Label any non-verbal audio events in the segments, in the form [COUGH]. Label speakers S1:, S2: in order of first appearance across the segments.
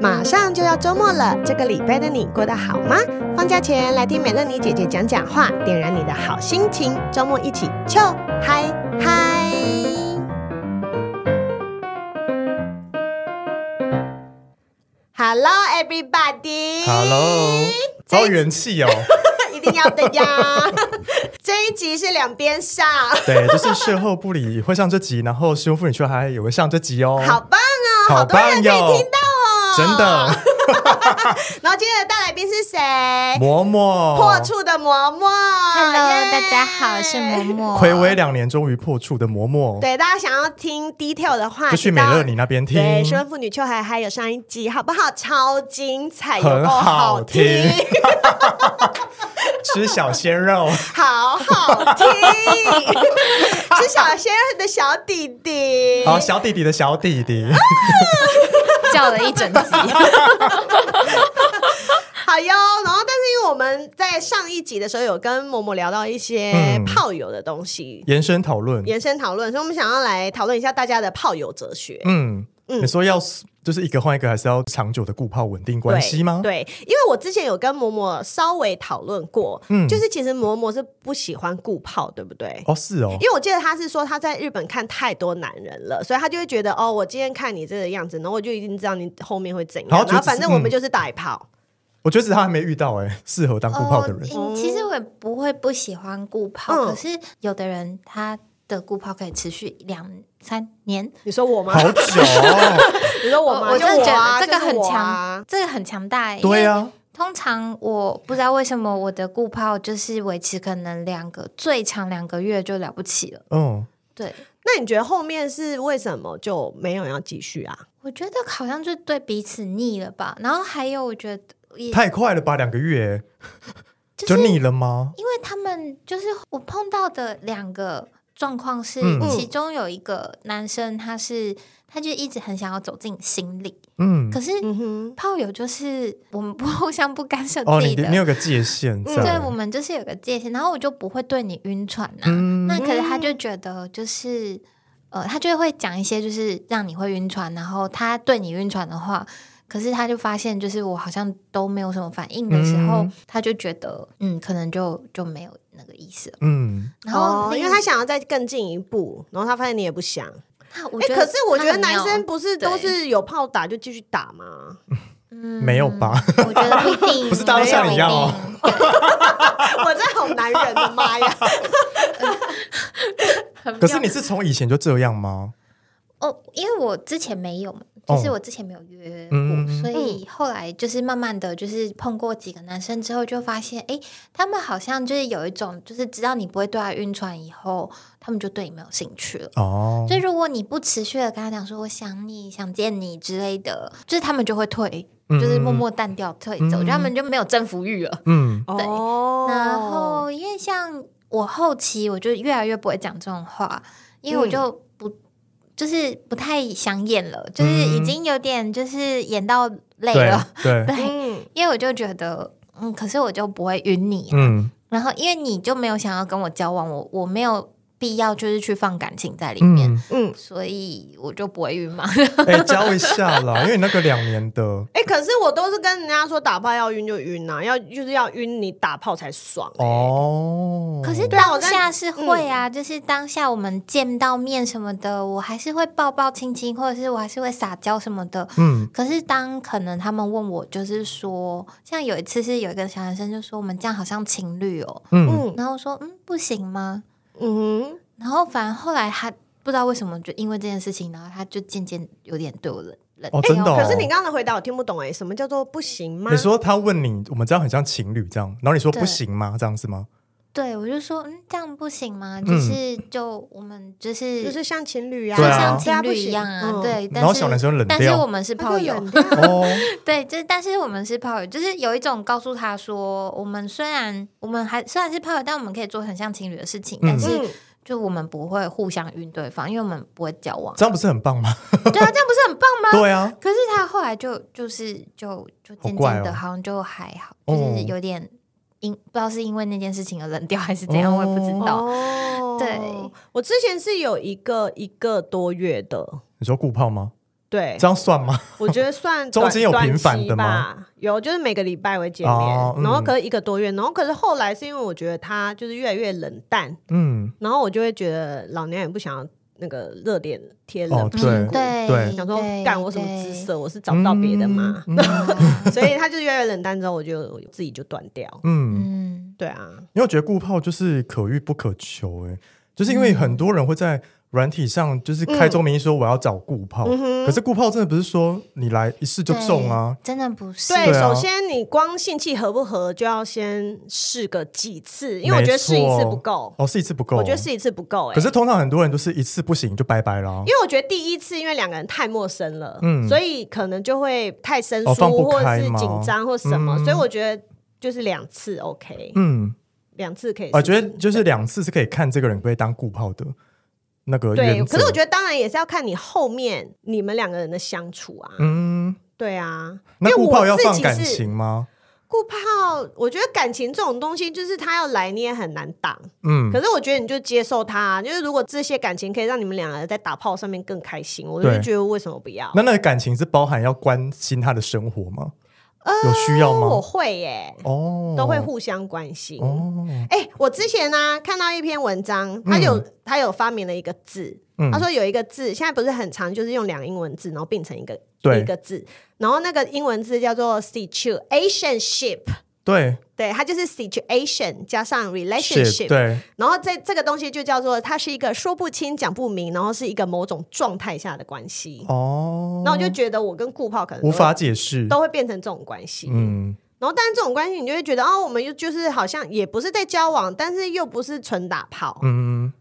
S1: 马上就要周末了，这个礼拜的你过得好吗？放假前来听美乐妮姐姐讲讲话，点燃你的好心情，周末一起就嗨嗨！Hello everybody，哎
S2: Hello，
S1: 这一
S2: 好元气
S1: [LAUGHS]
S2: 哦。
S1: 一定要的
S2: [LAUGHS]
S1: 呀！这一集是两边上，
S2: 对，就是事后不理会上这集，然后师傅你说还也会上这集哦。
S1: 好棒哦，
S2: 好
S1: 多人可以
S2: 棒哟
S1: 听到哦，
S2: 真。的，
S1: 然后今天的大来宾是谁？
S2: 嬷嬷
S1: 哎破处的嬷嬷
S3: Hello，
S1: 耶
S3: 大家好，是嬷嬷。
S2: 暌 [LAUGHS] 违两年，终于破处的嬷嬷，
S1: 对，大家想要听 detail 的话，
S2: 就去美乐你。那边听。
S1: 对，说妇女秋还还有上一集，好不好？超精彩，有够
S2: 很好
S1: 听，
S2: [LAUGHS] 吃小鲜
S1: [LAUGHS]
S2: 肉，
S1: 好好听，是小鲜肉的小弟弟。
S2: 好小弟弟的小
S1: [LAUGHS]
S2: 弟弟，
S3: 叫了一整 [LAUGHS] 集，
S1: 好哟，然后但是因为我们在上一集的时候有跟嬷嬷聊到一些
S2: 嗯
S1: 炮友的东西，
S2: 延伸讨论。
S1: 延伸讨论，所以我们想要来讨论一下大家的炮友哲学。
S2: 嗯，
S1: 嗯
S2: 你说要就是一个换一个，还是要长久的固炮稳定关系吗？
S1: 对，对因为我之前有跟嬷嬷稍微讨论过，
S2: 嗯
S1: 就是其实嬷嬷是不喜欢顾炮，对不对？
S2: 哦，是哦
S1: 因，为我记得她是说她在日本看太多男人了，所以她就会觉得哦，我今天看你这个样子，然后我就已经知道你后面会怎
S2: 然
S1: 样，
S2: 后就
S1: 然后
S2: 只
S1: 反
S2: 是
S1: 正我们
S2: 嗯
S1: 就是打一炮。
S2: 我觉得只是他还没遇到哎，适合当固炮的人。
S3: 嗯其实我也不会不喜欢顾泡，
S1: 嗯
S3: 可是有的人他的顾泡可以持续两三年。
S1: 你说我吗？
S2: 好久哦，
S1: [LAUGHS] 你说我吗？
S3: 我
S1: 就
S3: 真的觉
S1: 啊
S3: 得这个
S1: 就是
S3: 很
S1: 我
S3: 强，
S1: 啊
S3: 这个很强大、欸。
S2: [LAUGHS] 对
S3: 因为
S2: 啊，
S3: 通常我不知道为什么我的顾泡就是维持可能两个最长两个月就了不起了。
S2: 嗯，
S3: 对，
S1: 那你觉得后面是为什么就没有要继续啊？
S3: 我觉得好像就对彼此腻了吧。然后还有，我觉得也
S2: 太快了吧，两个月
S3: 就
S2: 就是腻了吗？
S3: 因为他们就是我碰到的两个状况是，
S2: 嗯
S3: 其中有一个男生他是他就一直很想要走进心里，
S2: 嗯，
S3: 可是
S1: 嗯哼，
S3: 炮友就是我们不互相不干涉
S2: 哦，
S3: 自
S2: 你
S3: 己
S2: 的
S3: 的。
S2: 你有个界限
S1: 嗯
S2: 在，
S3: 对，我们就是有个界限，然后我就不会对你晕船呐、
S2: 嗯
S3: 那可是他就觉得就是，呃，他就会讲一些就是让你会晕船，然后他对你晕船的话，可是他就发现就是我好像都没有什么反应的时候，
S2: 嗯
S3: 他就觉得嗯，可能就就没有那个意思了。
S2: 嗯，
S3: 然后
S1: 哦
S3: 另一、
S1: 因为他想要再更进一步，然后他发现你也不想。
S3: 他，啊我
S1: 哎、
S3: 觉得、
S1: 可是我觉得男生，不是
S3: 对
S1: 都是有炮打就继续打吗？ [LAUGHS]
S3: 嗯
S2: 没有吧？
S3: [LAUGHS] 我觉得不一定，
S2: [LAUGHS] 不是大家都像你一样哦
S3: 没有一嗯定，
S1: 我这好男人的妈呀！
S2: 可是你是从以前就这样吗？
S3: [LAUGHS] 哦，因为我之前没有嘛，
S2: 哦
S3: 就是我之前没有约过，
S2: 嗯
S3: 所以后来就是慢慢的就是碰过几个男生之后，就发现哎，诶他们好像就是有一种，就是知道你不会对他晕船以后，他们就对你没有兴趣了。
S2: 哦
S3: 所，以如果你不持续的跟他讲说我想你、想见你之类的，就是他们就会退，
S2: 嗯
S3: 就是默默淡掉退走，就他们就没有征服欲了。
S2: 嗯，
S3: [LAUGHS] 对
S1: 哦
S3: 然后因为像我后期，我就越来越不会讲这种话，因为我就不、就是不太想演了，就是已经有点就是演到累
S2: 对
S3: 了，
S2: 对，
S3: 对，
S1: 嗯，
S3: [LAUGHS] 因为我就觉得。嗯，可是我就不会晕你啊、
S2: 嗯
S3: 然后因为你就没有想要跟我交往，我我没有必要就是去放感情在里面，
S2: 嗯，
S1: 嗯，
S3: 所以我就不会晕嘛。
S2: 哎，教一下啦， [LAUGHS] 因为你那个两年的，
S1: 哎、可是我都是跟人家说打炮要晕就晕啊，要就是要晕你打炮才爽、
S2: 哦，
S3: [LAUGHS] 可是
S1: 对啊我嗯
S3: 当
S1: 跟
S3: 下是会啊，就是当下我们见到面什么的，我还是会抱抱亲亲，或者是我还是会撒娇什么的。
S2: 嗯，
S3: 可是当可能他们问我，就是说，像有一次是有一个小男生就说我们这样好像情侣哦，
S2: 嗯
S1: 嗯
S3: 然后我说嗯不行吗？
S1: 嗯
S3: 然后反正后来他不知道为什么就因为这件事情，然后他就渐渐有点对我冷冷
S2: 哦，真的、哦。
S1: 可是你刚刚的回答我听不懂哎，什么叫做不行吗？
S2: 你说他问你，我们这样很像情侣这样，然后你说
S3: 对
S2: 不行吗？这样是吗？
S3: 对我就说，嗯，这样不行吗？
S2: 嗯
S3: 就是就我们就是
S1: 就是像情侣啊，
S3: 就
S2: 对啊
S3: 像情
S1: 不
S3: 侣一
S1: 行
S3: 样啊，
S1: 嗯
S3: 对。但
S2: 然后
S3: 是
S2: 小男生冷
S3: 但是
S2: 掉
S3: 我们是
S1: 他
S3: 炮
S1: 就
S3: 友，
S1: 冷掉
S2: 哦，
S3: 对，就是但是我们是炮友，就是有一种告诉他说，我们虽然我们还虽然是炮友，但我们可以做很像情侣的事情，但
S2: 嗯
S3: 是
S1: 嗯，
S3: 就我们不会互相晕对方，因为我们不会
S2: [LAUGHS]
S3: 交往。
S2: 这样不是很棒吗？
S3: 对啊，这样不是很棒吗？
S2: 对啊，
S3: 可是他后来就就是就就
S2: 好
S3: 渐
S2: 怪
S3: 渐的，
S2: 哦
S3: 好像就还好，
S2: 哦
S3: 就是有点因不知道是因为那件事情而冷掉还是怎样，
S2: 哦
S3: 我也不
S2: 嗯
S3: [LAUGHS] 知道。
S1: 哦
S3: 对，
S1: 我之前是有一个一个多月的，
S2: 你说顾炮吗？
S1: 对
S2: 这，样算吗？
S1: [LAUGHS] 我觉得算
S2: 中间有
S1: 短
S2: 频繁
S1: 短期
S2: 的吗
S1: 吧？有，就是每个礼拜会见面，
S2: 哦嗯
S1: 然后可是一个多月，然后可是后来是因为我觉得他就是越来越冷淡，
S2: 嗯，
S1: 然后我就会觉得老娘也不想要那个热脸贴冷
S2: 哦
S1: 屁
S2: 对
S1: 股，
S3: 对
S2: 对
S1: 想说
S3: 对
S1: 干我什么啊
S3: 对
S1: 姿色，我是找不到别的嘛，
S2: 嗯？
S1: [LAUGHS]
S2: 嗯
S1: 所以他就越来越冷淡之后，我就我自己就断掉。
S2: 嗯
S3: 嗯，
S1: 对啊，
S2: 因为我觉得顾炮就是可遇不可求、欸，就是因为很多人会在软体上就是开宗明义说我要找顾炮，
S1: 嗯哼
S2: 可是顾炮真的不是说你来一 [LAUGHS] 试就中啊，
S3: 嗯对，真的不是。
S1: 对，
S2: 对啊
S1: 首先你光性气合不合，就要先试个几次，因为我觉得
S2: 没错
S1: 试一次不够，
S2: 哦，是一次不够，
S1: 我觉得试一次不够、哎，
S2: 可是通常很多人都是一次不行就拜拜啊啦
S1: 因，为我觉得第一次，因为两个人太陌生了，
S2: 嗯
S1: 所以可能就会太生疏，
S2: 哦放不
S1: 或
S2: 开
S1: 者是
S2: 吗
S1: 紧张或什么，
S2: 嗯
S1: 所以我觉得就是两次 OK，
S2: 嗯，
S1: 两、次可以试试。
S2: 我哦觉得就是两次是可以看这个人可以当顾炮的那个
S1: 对，
S2: 原则
S1: 可是我觉得当然也是要看你后面你们两个人的相处啊，
S2: 嗯，
S1: 对啊，因
S2: 那
S1: 为
S2: 顾炮要
S1: 我自
S2: 放
S1: 己
S2: 感
S1: 是
S2: 情吗？
S1: 顾炮，我觉得感情这种东西，就是他要来你也很难挡。
S2: 嗯
S1: 可，是我觉得你就接受他、啊就是如果这些感情可以让你们两个人在打炮上面更开心，我就
S2: 对
S1: 觉得为什么不要？
S2: 那那个感情是包含要关心他的生活吗？有需要
S1: 呃我
S2: 吗？
S1: 会耶、
S2: 哦，
S1: 都会互相关心。
S2: 哦，
S1: 哎、我之前呢、看到一篇文章，他有、他有发明了一个字，
S2: 嗯
S1: 他说有一个字现在不是很常，就是用两个英文字，然后并成一个
S2: 对
S1: 一个字，然后那个英文字叫做 situationship，
S2: 对
S1: 对，它就是 situation 加上
S2: 是
S1: relationship，
S2: 对，
S1: 然后这这个东西就叫做它是一个说不清讲不明，然后是一个某种状态下的关系。
S2: 哦，
S1: 那、我就觉得我跟顾炮可能都
S2: 无
S1: 会
S2: 法解释，
S1: 都会变成这种关系。
S2: 嗯，
S1: 然后，但是这种关系你就会觉得，哦，我们又就是好像也不是在交往，但是又不是纯打炮。
S2: 嗯，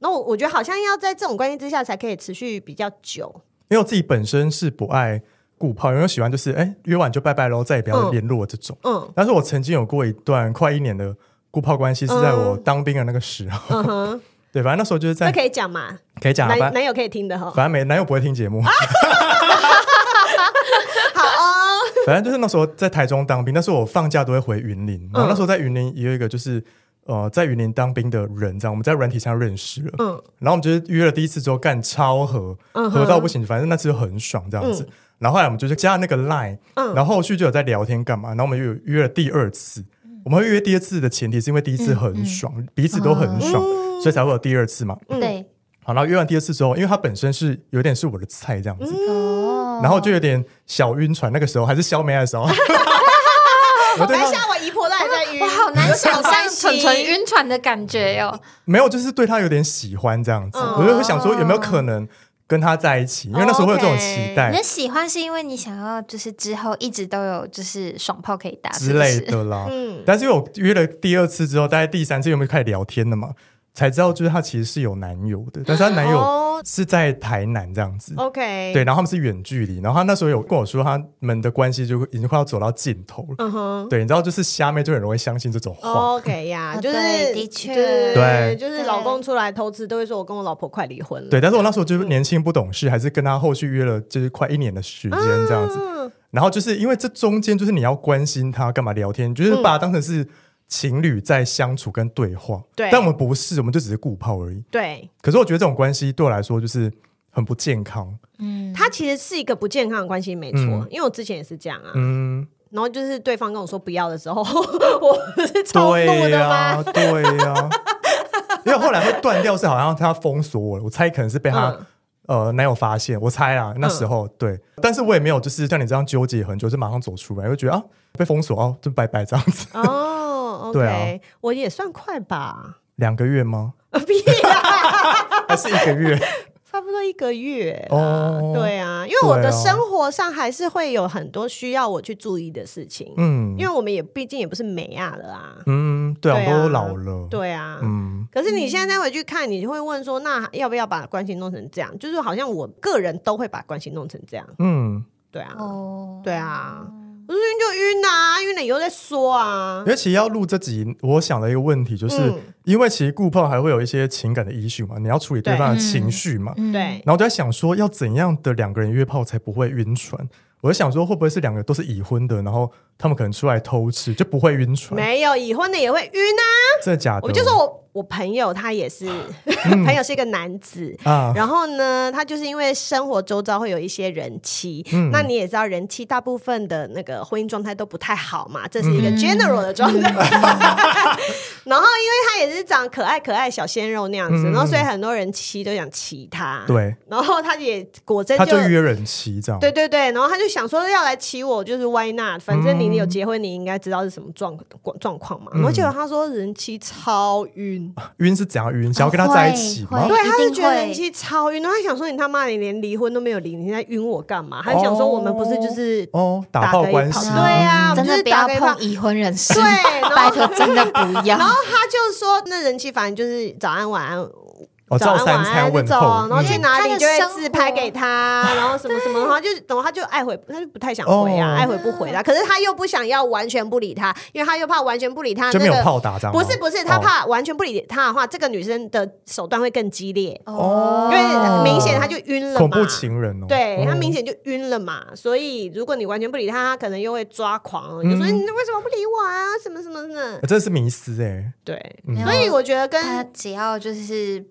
S1: 那我我觉得好像要在这种关系之下才可以持续比较久。
S2: 因为我自己本身是不爱顾炮，因为我喜欢就是哎、约完就拜拜喽，再也不要
S1: 嗯
S2: 联络这种。
S1: 嗯
S2: 但是我曾经有过一段快一年的顾炮关系，是在我当兵的那个时候，
S1: 嗯哼，
S2: [LAUGHS] 对，反正那时候就是
S1: 这
S2: 在
S1: 可以讲嘛？
S2: 可以讲啊，
S1: 男
S2: 反
S1: 男友可以听的哈。
S2: 反正没男友不会听节 [LAUGHS] 目，
S1: 好哦，
S2: 反正就是那时候在台中当兵，但是我放假都会回云林，然后那时候在云林也有一个就是。呃，在云林当兵的人，这样我们在软体上认识了，
S1: 嗯
S2: 然后我们就是约了第一次之后干超合，
S1: 嗯哼
S2: 合到不行，反正那次就很爽这样子。然后后来我们就是加那个 Line，、
S1: 嗯
S2: 然后后续就有在聊天干嘛，然后我们又有约了第二次。我们会约第二次的前提是因为第一次很爽，彼此都很爽，所以才会有第二次嘛。
S1: 嗯
S3: 对
S2: 好，然后约完第二次之后，因为它本身是有点是我的菜这样子，
S1: 嗯
S3: 哦，
S2: 然后就有点小晕船。那个时候还是消梅的
S1: [LAUGHS]
S2: 时候，我对
S1: 等一
S2: 他
S1: 下我姨婆都还在晕，
S3: 我好难想象
S1: 蠢
S3: 蠢蠢
S1: 蠢晕。
S3: 晕船的感觉哟、
S2: 没有，就是对他有点喜欢这样子。
S1: 嗯
S2: 我就会想说有没有可能跟他在一起，因为那时候会有这种期待
S1: 哦
S3: 你的喜欢是因为你想要，就是之后一直都有就是爽炮可以打
S2: 之类。
S3: 是不是
S2: 的
S1: [LAUGHS]
S2: 啦。
S1: 嗯，
S2: 但是因为我约了第二次之后，大概第三次有没有开始聊天了嘛？才知道就是她其实是有男友的，但是她男友
S1: 哦
S2: 是在台南这样子。
S1: ，OK，
S2: 对，，然后他们是远距离，然后她那时候有跟我说，他们的关系就已经快要走到尽头了。
S1: 嗯哼。
S2: 对，你知道，就是虾妹就很容易相信这种话。
S1: OK 呀，
S3: 啊
S1: 就是
S3: 对的确
S1: 对
S2: 对
S1: 就是
S3: 对
S1: 老公出来偷吃都会说，我跟我老婆快离婚了。
S2: 对，但是我那时候就是年轻不懂事，还是跟她后续约了就是快一年的时间这样子。
S1: 嗯，
S2: 然后就是因为这中间就是你要关心他干嘛聊天，就是把他当成是情侣在相处跟对话。
S1: 对
S2: 但我们不是，我们就只是顾炮而已。
S1: 对，
S2: 可是我觉得这种关系对我来说就是很不健康。
S3: 嗯，
S1: 它其实是一个不健康的关系，没错。
S2: 嗯
S1: 因为我之前也是这样啊，
S2: 嗯，
S1: 然后就是对方跟我说不要的时候， [LAUGHS] 我是超怒的
S2: 对呀、
S1: 吗？
S2: 对呀、因为后来会断掉是好像他封锁我了，我猜可能是被他、
S1: 嗯
S2: 呃男友发现，我猜啦，那时候、对，但是我也没有就是像你这样纠结很久，就马上走出来，就觉得啊被封锁哦，就拜拜这样子，
S1: 哦
S2: 对
S1: ，OK，
S2: 啊
S1: 我也算快吧，
S2: 两个月吗？
S1: 屁啦， [LAUGHS]
S2: 还是一个月？
S1: 差不多一个月啦。
S2: 哦
S1: 对啊，因为我的
S2: 对啊
S1: 生活上还是会有很多需要我去注意的事情，
S2: 嗯
S1: 因为我们也毕竟也不是美亚了啊。
S2: 嗯，对啊，
S1: 对
S2: 我
S1: 啊
S2: 都老了，
S1: 对啊，
S2: 嗯，
S1: 可是你现在再回去看，你就会问说，那要不要把关系弄成这样？就是好像我个人都会把关系弄成这样，
S2: 嗯
S1: 对啊，
S3: 哦，
S1: 对啊，我说晕就晕啊，晕了以后再说啊
S2: 因。为其实要录这集，我想的一个问题就是，
S1: 嗯
S2: 因为其实顾碰还会有一些情感的 issue 嘛，你要处理对
S1: 对
S2: 方的
S3: 嗯
S2: 情绪嘛，
S3: 嗯
S1: 对，
S2: 然后我就在想说，要怎样的两个人约炮才不会晕船？我就想说，会不会是两个都是已婚的，然后他们可能出来偷吃就不会晕船？
S1: 没有已婚的也会晕啊。
S2: 真的假的？
S1: 我就说
S2: 嗯
S1: 我我朋友他也
S2: [LAUGHS]
S1: 是， [LAUGHS] 朋友是一个男子。
S2: 啊，
S1: 然后呢，他就是因为生活周遭会有一些人妻，
S2: 嗯
S1: 那你也知道，人妻大部分的那个婚姻状态都不太好嘛，这是一个
S3: 嗯
S1: general 的状态。
S2: 嗯
S1: [LAUGHS] 然后，因为他也是长可爱可爱小鲜肉那样子，
S2: 嗯
S1: 然后所以很多人妻都想骑他。，
S2: 对，
S1: 然后他也果真
S2: 他就约人妻这样。
S1: 对对对，然后他就想说要来骑我，就是 why not？反正你
S2: 嗯
S1: 你有结婚，你应该知道是什么状状况
S3: 嗯
S1: 嘛。然后结果他说人妻超晕，
S2: 晕是怎样晕？想要跟他在一起吗
S3: 会？
S1: 对，他
S3: 哦一
S1: 就
S3: 定
S1: 觉得
S3: 会
S1: 人妻超晕，然后他想说你他妈你连离婚都没有离，你现在晕我干
S3: 哦
S1: 嘛？他就想说我们不是就是
S2: 哦，打
S1: 打
S2: 炮
S1: 个一
S2: 关
S1: 炮
S2: 系，
S1: 对啊我们
S3: 嗯真
S1: 就是
S3: 的不要
S1: 打给他
S3: 碰已婚人士， [LAUGHS]
S1: 对，然后
S3: 拜托，真的 [LAUGHS] 不
S1: [LAUGHS]
S3: 要
S1: 然。后他就说那人妻反正就是早安晚安。
S2: 哦，
S1: 早安
S2: 照三
S1: 晚
S2: 餐
S1: 安那
S2: 问
S1: 种，
S2: 候，
S1: 然后去
S2: 嗯
S1: 哪
S3: 他
S1: 里
S3: 的
S1: 就会
S3: 生
S1: 自拍
S3: 活
S1: 给他，然后什么什么，然后就然后他就爱回，他就不太想回啊，
S2: 哦
S1: 爱回不回啦。可是他又不想要完全不理他，因为他又怕完全不理他
S2: 就没有
S1: 那个
S2: 炮打这样吗。
S1: 不是不是，他
S2: 哦
S1: 怕完全不理他的话，这个女生的手段会更激烈，
S2: 哦
S1: 因为明显他就晕了嘛。
S2: 恐怖情人哦，
S1: 对
S2: 哦
S1: 他明显就晕了嘛，所以如果你完全不理他，他可能又会抓狂，
S2: 嗯
S1: 就说你为什么不理我啊，什么什么的。
S2: 呃真的是迷失哎，
S1: 对，
S2: 嗯
S1: 所以我觉得
S3: 她
S1: 跟
S3: 只要就是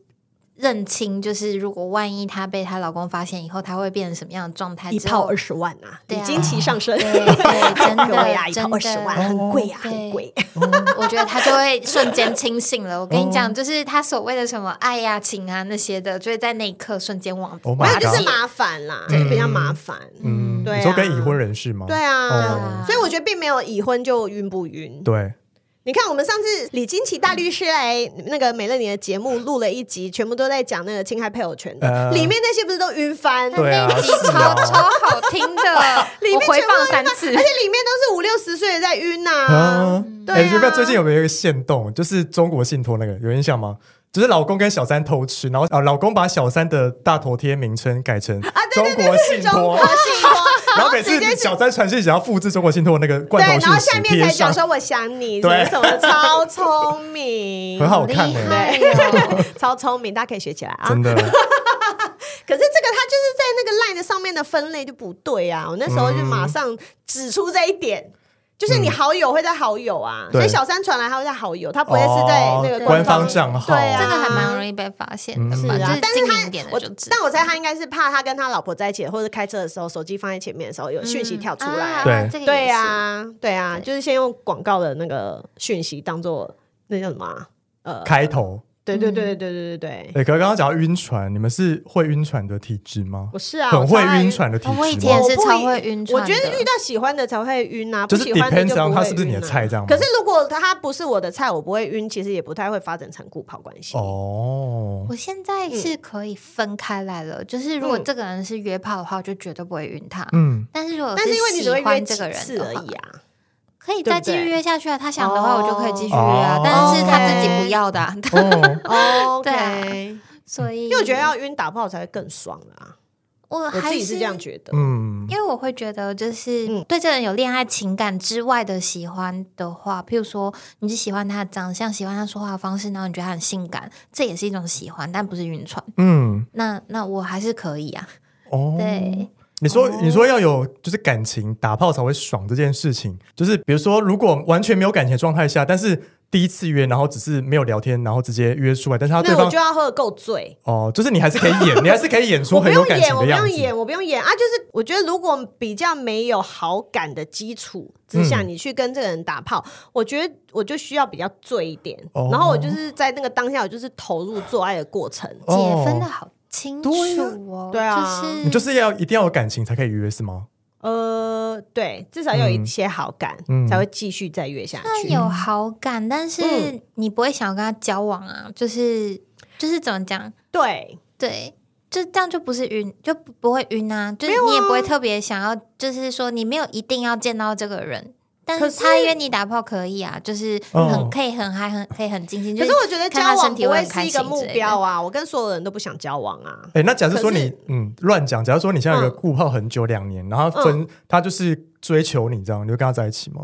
S3: 认清，就是如果万一她被她老公发现以后，她会变成什么样的状态？
S1: 一
S3: 之
S1: 炮
S3: 后
S1: 二十万啊，
S3: 对
S1: 已
S3: 啊
S1: 经齐上升。 [LAUGHS]
S3: 对对，真的
S1: 各位啊，一
S3: 真
S1: 炮
S3: 的
S1: 二十万，很贵呀、啊，
S3: 对
S1: 很贵。 [LAUGHS]
S3: [LAUGHS] 我觉得她就会瞬间清醒了。我跟你
S2: 哦
S3: 讲，就是她所谓的什么爱呀、情啊那些的，就会在那一刻瞬间忘
S2: Oh
S1: 没
S2: my
S1: 有，就是
S2: god
S1: 麻烦啦，就比较麻烦。
S2: 嗯，
S1: 对啊
S2: 你说跟已婚人士吗？
S1: 对啊，
S2: 哦
S1: 所以我觉得并没有已婚就晕不晕。
S2: 对，
S1: 你看，我们上次李金奇大律师来那个美乐你的节目录了一集，全部都在讲那个侵害配偶权的，
S2: 呃
S1: 里面那些不是都晕翻？
S3: 那
S2: 对啊
S3: 那一集
S2: 是
S3: 超
S2: 啊
S3: 超好听的，
S1: 里
S3: [LAUGHS] 我
S1: 面
S3: 回
S1: 全部
S3: 放
S1: 都
S3: 三
S1: 晕翻
S3: [LAUGHS] 次
S1: 而。且里面都是五六十岁的在晕呐、
S2: 啊，
S1: 对
S2: 哎，
S1: 啊，
S2: 你知道最近有没有一个限动，就是中国信托那个有印象吗？就是老公跟小三偷吃，然后啊，老公把小三的大头贴名称改成
S1: 啊
S2: 中国信
S1: 中
S2: 托
S1: 国，信托，
S2: [LAUGHS] 然后
S1: [LAUGHS]
S2: 每
S1: 直
S2: 次
S1: 接是
S2: 小三传讯想要复制中国信托那个罐
S1: 对，
S2: 头
S1: 然后
S2: 信
S1: 下
S2: 息
S1: 面
S2: 贴
S1: 才讲
S2: 上，
S1: 说我想你什么
S2: 对
S1: 什
S2: [LAUGHS]
S1: 么，超聪明，
S2: 很好
S3: 厉
S2: 看欸
S3: 害哦！
S2: [LAUGHS]
S1: 超聪明，大家可以学起来啊。
S2: 真的，
S1: 可是这个它就是在那个 line 的上面的分类就不对啊，我那时候就马上指出这一点。就是你好友会在好友啊，
S2: 嗯对
S1: 所以小三传来他会在好友，他不会是在那个
S3: 哦
S1: 官
S3: 官
S1: 方
S3: 方
S2: 账号
S1: 对啊，
S3: 这个还蛮容易被发现的
S2: 嗯
S3: 嘛，
S1: 是
S3: 就
S1: 啊
S3: 是，
S1: 但
S3: 精明一
S1: 他
S3: 点的
S1: 我
S3: 就知道。
S1: 但我猜他应该是怕他跟他老婆在一起，或者开车的时候手机放在前面的时候有讯息跳出来啊。
S2: 对
S3: 这个
S1: 对
S3: 也是
S1: 啊，对啊，就是先用广告的那个讯息当做那叫什么啊？呃，
S2: 开头。 [LAUGHS]
S1: 对对
S3: 嗯
S1: 对对对对对对，
S2: 哎，可是刚刚讲到晕船，你们是会晕船的体质吗？
S1: 我是啊，
S2: 很会
S1: 我超爱
S2: 晕船的体
S3: 我以
S2: 质吗
S3: 前？
S1: 我
S3: 是
S1: 不
S3: 超
S1: 一
S3: 会晕
S1: 我
S3: 船
S1: 觉得
S3: 的
S1: 遇到喜欢的才会晕啊，不
S2: 就是
S1: 喜欢的就
S2: depends on
S1: 不
S2: 他
S1: 会
S2: 是不是你的
S1: 晕啊
S2: 菜这样吗
S1: 可是如果他不是我的菜，我不会晕，其实也不太会发展成固跑关系。
S2: 哦，
S3: 我现在
S1: 嗯
S3: 是可以分开来了，就是如果这个人是约炮的话，我就绝对不会晕他。
S2: 嗯，
S3: 但是如果
S1: 但是因为你只会
S3: 喜
S1: 约
S3: 欢
S1: 几
S3: 这个人
S1: 次
S3: 的
S1: 而
S3: 话
S1: 已，啊，
S3: 可以再继
S1: 对
S3: 续
S1: 不对
S3: 约下去啊。他想的话，我就可以继续约啊
S2: 哦。
S3: 但是他自己不要的啊，
S2: 哦，
S1: OK，
S3: 对啊 [LAUGHS] 所以
S1: 因为我觉得要晕打炮才会更爽啊，
S3: 我
S1: 我自
S3: 嗯还
S1: 己是这样觉得。
S2: 嗯
S3: 因为我会觉得，就是
S1: 嗯
S3: 对这人有恋爱情感之外的喜欢的话，譬如说你是喜欢他的长相，喜欢他说话的方式，然后你觉得他很性感，这也是一种喜欢，但不是晕船。
S2: 嗯，
S3: 那那我还是可以啊，
S2: 哦，
S3: 对，
S2: 你说，
S1: 哦
S2: 你说要有就是感情打炮才会爽这件事情，就是比如说，如果完全没有感情的状态下，但是第一次约，然后只是没有聊天，然后直接约出来，但是他啊对
S1: 那我
S2: 方
S1: 就要喝得够醉。
S2: 哦，就是你还是可以演，你还是可以演出
S1: [LAUGHS] 我不
S2: 很有
S1: 用
S2: 感
S1: 演，
S2: 情
S1: 我
S2: 的
S1: 不
S2: 样
S1: 用
S2: 子。
S1: 演，我不用演啊！就是我觉得，如果比较没有好感的基础之下，
S2: 嗯
S1: 你去跟这个人打炮，我觉得我就需要比较醉一点。
S2: 哦
S1: 然后我就是在那个当下，我就是投入做爱的过程。
S2: 哦
S3: 解分的好清楚
S2: 对啊
S3: 哦，
S1: 对啊
S3: 就是
S2: 你就是要一定要有感情才可以约是吗？
S1: 呃，对，至少要有一
S2: 嗯
S1: 些好感，
S2: 嗯
S1: 才会继续再约下
S3: 虽
S1: 去。
S3: 然有好感，但
S2: 嗯
S3: 是你不会想要跟他交往啊，就是就是怎么讲？
S1: 对，
S3: 对，就这样就不是晕，就不不会晕啊，就是你也不会特别想要，就是说你没有一定要见到这个人。但
S1: 可
S3: 是他
S1: 是嗯
S3: 约你打炮可以啊，就是
S2: 哦
S3: 很可以很嗨，很可以很尽兴。
S1: 可
S3: 就是
S1: 我觉得交
S3: 看他
S1: 往
S3: 身体
S1: 不
S3: 会
S1: 会
S3: 很
S1: 是
S3: 开
S1: 一
S3: 心
S1: 个
S3: 之
S1: 目
S3: 类的
S1: 标啊，我跟所有人都不想交往啊。
S2: 哎、那假如说
S1: 可是
S2: 你嗯乱讲，假如说你现在有个顾泡很久两年，然后他
S1: 嗯
S2: 分、他就是追求你这样，你会跟他在一起吗？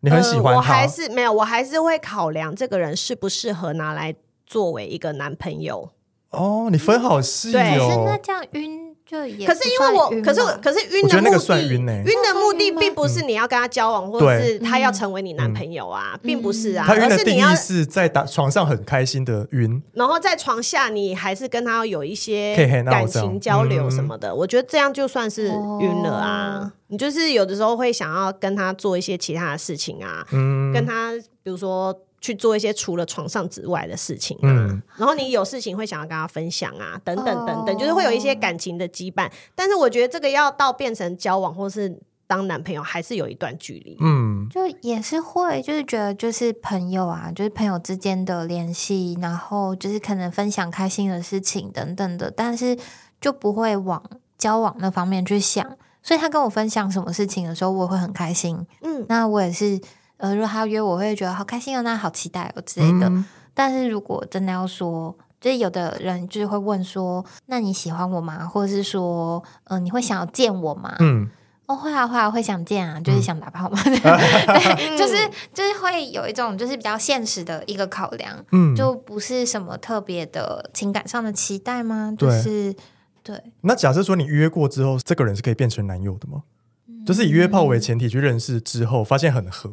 S2: 你很喜
S1: 呃
S2: 欢
S1: 我
S2: 他，
S1: 还是没有，我还是会考量这个人适不适合拿来作为一个男朋友。
S2: 哦，你分好细
S1: 对
S3: 可是那
S2: 哦，
S3: 这样晕就也
S1: 可是因为我，可是我，可是晕
S2: 我
S1: 的
S2: 觉得那
S1: 目
S2: 个算
S1: 的，
S2: 晕呢、
S1: 的目的
S3: 那算晕吗嗯
S1: 并不是你要跟他交往，或者
S2: 对嗯
S1: 是他要成为你男朋友啊，并不是啊，
S2: 他晕
S1: 而
S2: 的
S1: 是
S2: 定
S1: 你要
S2: 义，是在打床上很开心的晕，
S1: 然后在床下你还是跟他有一些
S2: 可以嘿那我
S1: 感
S2: 这样
S1: 情交流
S2: 嗯
S1: 什么的，我觉得这样就算是晕了
S3: 哦
S1: 啊。你就是有的时候会想要跟他做一些其他的事情啊，
S2: 嗯，
S1: 跟他比如说去做一些除了床上之外的事情啊，
S2: 嗯
S1: 然后你有事情会想要跟他分享啊，等等等等，
S3: 哦
S1: 就是会有一些感情的羁绊。但是我觉得这个要到变成交往或是当男朋友，还是有一段距离。
S2: 嗯，
S3: 就也是会，就是觉得就是朋友啊，就是朋友之间的联系，然后就是可能分享开心的事情等等的，但是就不会往交往那方面去想。所以他跟我分享什么事情的时候，我会很开心。
S1: 嗯，
S3: 那我也是，呃，如果他约我，我会觉得好开心哦，那好期待哦之类的。
S2: 嗯
S3: 但是如果真的要说，就是有的人就是会问说，那你喜欢我吗？或者是说，嗯、你会想要见我吗？
S2: 嗯，
S3: 哦，会啊，会啊，会想见啊，就是想打
S2: [LAUGHS]
S3: 炮嘛，
S1: [LAUGHS] 嗯
S3: 对，就是就是会有一种就是比较现实的一个考量，
S2: 嗯
S3: 就不是什么特别的情感上的期待吗？就是对，
S2: 那假设说你约过之后，这个人是可以变成男友的吗？
S3: 嗯
S2: 就是以约炮为前提去认识之后，发现很合，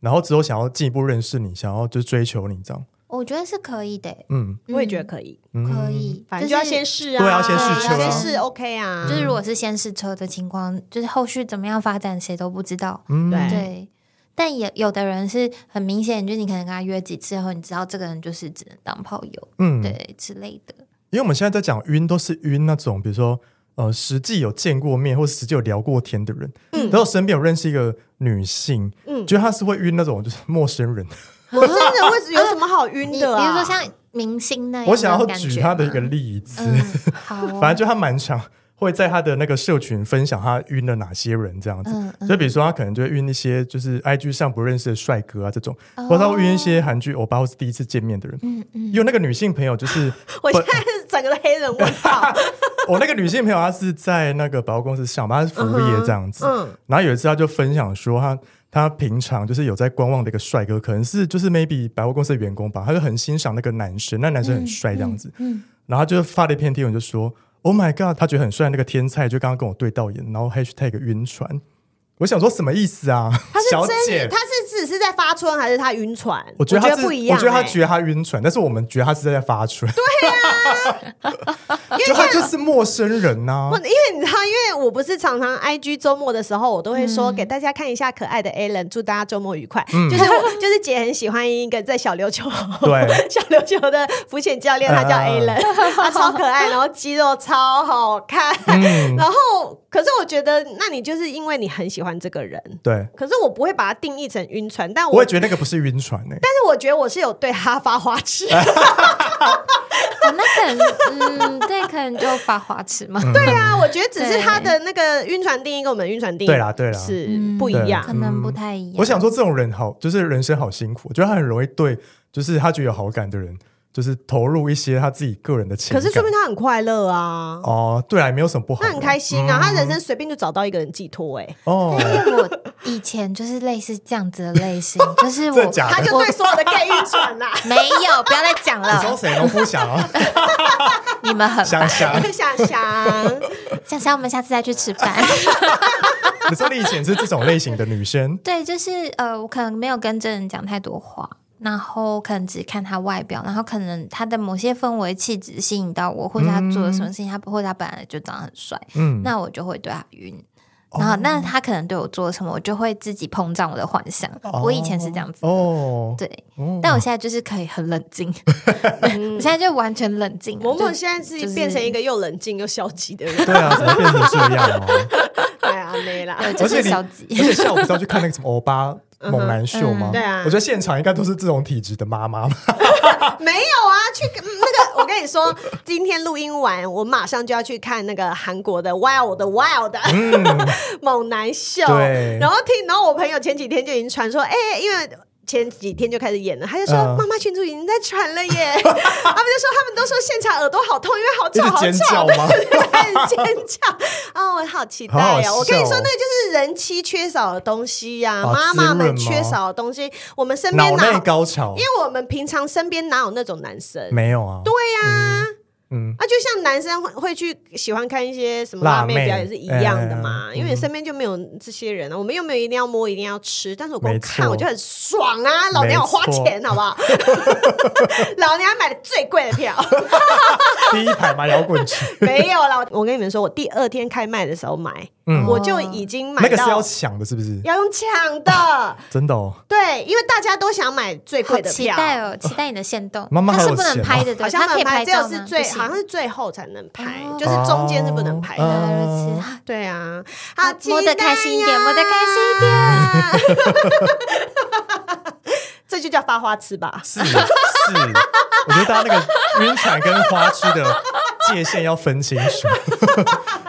S2: 然后之后想要进一步认识你，想要就是追求你这样，
S3: 我觉得是可以的，
S2: 嗯，
S1: 我也觉得可以，
S2: 嗯
S3: 可。以，
S1: 反正
S3: 就
S1: 就要
S3: 是
S1: 先。试啊，
S2: 对啊先试
S3: 车啊
S1: 先试 OK 啊。
S3: 就是如果是先试车的情况，就是后续怎么样发展谁都不知道。
S2: 嗯
S1: 对
S3: 对，但也有的人是很明显，就是你可能跟他约几次后，你知道这个人就是只能当炮友，
S2: 嗯，
S3: 对之类的。
S2: 因为我们现在在讲晕，都是晕那种，比如说呃，实际有见过面或实际有聊过天的人。嗯，然后身边有认识一个女性，
S1: 嗯
S2: 嗯，觉得她是会晕那种就是陌生人。
S1: 我真的为什有什么好晕
S3: 哦你比
S1: 的啊？
S3: 如说像明星那样，
S2: 我想要举她的一个
S3: 例
S2: 例子，
S3: 嗯，好哦、
S2: 反正就她蛮常会在她的那个社群分享她晕了哪些人这样子。
S3: 嗯
S2: 就比如说，她可能就会晕一些就是 IG 上不认识的帅哥啊这种，
S3: 哦
S2: 或者她会晕一些韩剧欧巴或是第一次见面的人。嗯嗯，因为那个女性朋友就是
S1: 我现在是整个的黑人问号，
S2: 我那个女性朋友，她是在那个百货公司上班，她是服务业这样子。
S1: 嗯
S2: 然后有一次，她就分享说她，她平常就是有在观望的一个帅哥，可能是就是 maybe 百货公司的员工吧，她就很欣赏那个男生，那男生很
S1: 嗯
S2: 帅这样子。然后她就发了一篇贴文，就说：“Oh my god！” 她觉得很帅，那个天菜就刚刚跟我对到眼，然后 hashtag 晕船。我想说什么意思啊， [LAUGHS]
S1: 他
S2: 小
S1: 是真，
S2: 姐
S1: 他？是只是在发春还是他晕船？
S2: 我觉得
S1: 我
S2: 她
S1: 觉
S2: 是，
S1: 得不一样、
S2: 我觉得她
S1: 欸
S2: 觉得她晕船，但是我们觉得她是在发春。对啊，就她就是陌生人呐、
S1: 不，因为你知道，因为我不是常常 IG 周末的时候，我都会
S2: 嗯
S1: 说、给大家看一下可爱的 Alan，祝大家周末愉快。就是我就是姐很喜欢一个在小琉球，
S2: 对
S1: [LAUGHS] 小琉球的浮潜教练，他叫
S2: 啊
S1: Alan，、他
S2: [LAUGHS]
S1: 超可爱，然后肌肉超好看。
S2: 嗯
S1: [LAUGHS] 然后，可是我觉得，那你就是因为你很喜欢这个人，
S2: 对。
S1: 可是我不会把它定义成晕船，但
S2: 我
S1: 我
S2: 也觉得那个不是晕船呢、欸
S1: 但是我觉得我是有对他发花
S2: [LAUGHS]
S1: 痴。
S3: 哦，那可能，嗯，对，可能就发花痴嘛，
S1: 对啊，我觉得只是
S3: 对
S1: 他的那个晕船定义跟我们晕船定义
S2: 对啦对啦
S1: 是
S3: 嗯
S1: 不一样
S3: 可。能不太一样。
S2: 我想说，这种人好，就是人生好辛苦。我觉得他很容易对，就是他觉得有好感的人，就是投入一些他自己个人的情
S1: 可
S2: 感。
S1: 是说明他很快乐啊，
S2: 哦，嗯对啊，也没有什么不好
S1: 那
S2: 的。
S1: 很开心啊，他人生随便就找到一个人寄托，哎，
S2: 哦
S3: 但。是我以前就是类似这样子的类型，就是
S2: [LAUGHS] 真
S3: 我
S2: 的假的
S1: 他就对所有的 gay 晕船呐。
S2: [LAUGHS]
S3: 没有，不要再讲
S2: 你说
S3: 了，
S2: 谁？农夫想啊，
S3: 你们很
S2: 想
S3: 烦。
S2: 想，
S1: 想
S2: [LAUGHS]
S1: 想，
S3: 想想我们下次再去吃饭。 [LAUGHS]
S2: 你说你以前是这种类型的女生，
S3: 对，就是呃，我可能没有跟真人讲太多话，然后可能只看他外表，然后可能他的某些氛围气质吸引到我，或者他做了什么事情，他或者他本来就长得很帅，
S2: 嗯，
S3: 那我就会对他晕。
S2: 哦
S3: 然后，那他可能对我做了什么，我就会自己膨胀我的幻想。我以前是这样子，
S2: 哦，
S3: 对，
S2: 哦
S3: 但我现在就是可以很冷
S2: [LAUGHS]
S3: 静，我现在就完全冷静了。
S1: 萌萌
S3: 就
S1: 现在是
S3: 就
S2: [LAUGHS]
S3: 是
S1: 变成一个又冷静又消极的人，
S2: 对啊，怎么变成这样哦？
S1: 对啊，累啦。
S2: [LAUGHS]
S3: 对，
S2: 而
S3: 就
S2: 且
S3: 是
S2: 你
S3: 小吉
S2: 而。且下午不是要去看那个什么欧巴猛男秀吗？
S3: 嗯
S1: 对啊
S2: 我觉得现场应该都是这种体质的妈妈嘛。
S1: [LAUGHS] 没有啊，去嗯那个，我跟你说，今天录音完，我马上就要去看那个韩国的 Wild Wild 的、 [LAUGHS] 猛男秀。
S2: 嗯对
S1: 然后听，然后我朋友前几天就已经传说，哎、因为。前几天就开始演了，他就说、
S2: 嗯
S1: 妈妈群主已经在传了耶，
S2: [LAUGHS]
S1: 他们就说他们都说现场耳朵好痛，因为好吵
S2: 一直
S1: 好
S2: 尖
S1: 吵，
S2: 叫吗
S1: 对对对开始尖叫啊、我好期待
S2: 好好
S1: 哦！
S2: 笑
S1: 我跟你说，那
S2: 哦
S1: 个就是人妻缺少的东西呀、
S2: 啊
S1: 妈妈们
S2: 滋润吗
S1: 缺少的东西，我们身边
S2: 脑
S1: 哪
S2: 内高潮
S1: 因为我们平常身边哪有那种男生？
S2: 没有啊？
S1: 对呀、啊，
S2: 嗯，
S1: 就像男生会会去喜欢看一些什么
S2: 辣
S1: 辣妹
S2: 妹
S1: 表演是一样的嘛，
S2: 嗯
S1: 因为你身边就没有这些人啊，我们又没有一定要摸，一定要吃，但是我光
S2: 没
S1: 看
S2: 错
S1: 我就很爽啊，老娘有花钱好不好？ [LAUGHS] 老娘买的最贵的
S2: [LAUGHS]
S1: 票
S2: 第一排嘛摇滚区，
S1: 没有啦，我跟你们说，我第二天开卖的时候买，
S2: 嗯
S1: 我就已经买
S2: 那个是
S1: 到
S2: 要抢的，是不是？
S1: 要用抢的，
S2: 真的哦，
S1: 对，因为大家都想买最
S3: 好
S1: 贵的
S3: 期
S1: 票。
S3: 待哦，期待你的线动。
S2: [LAUGHS] 妈妈
S3: 它
S2: 好
S3: 是
S2: 有
S3: 不能
S2: 钱
S3: 拍
S2: 哦
S3: 的，
S1: 好
S3: 对不对，
S1: 像
S3: 它可以
S1: 拍
S3: 拍
S1: 只有
S3: 照
S1: 是
S3: 吗？
S1: 最
S3: 不行
S1: 好像是最后才能拍，
S3: 哦
S1: 就是中间是不能拍的。
S3: 对对
S2: 嗯
S3: 对是
S1: 对啊，
S3: 好摸得
S1: 期待
S3: 开心一点
S1: 呀
S3: 摸得开心一
S1: 点。 [LAUGHS] 这就叫发花痴吧？
S2: 是是，我觉得大家那个晕船跟花痴的界限要分清
S1: [LAUGHS]
S2: 楚，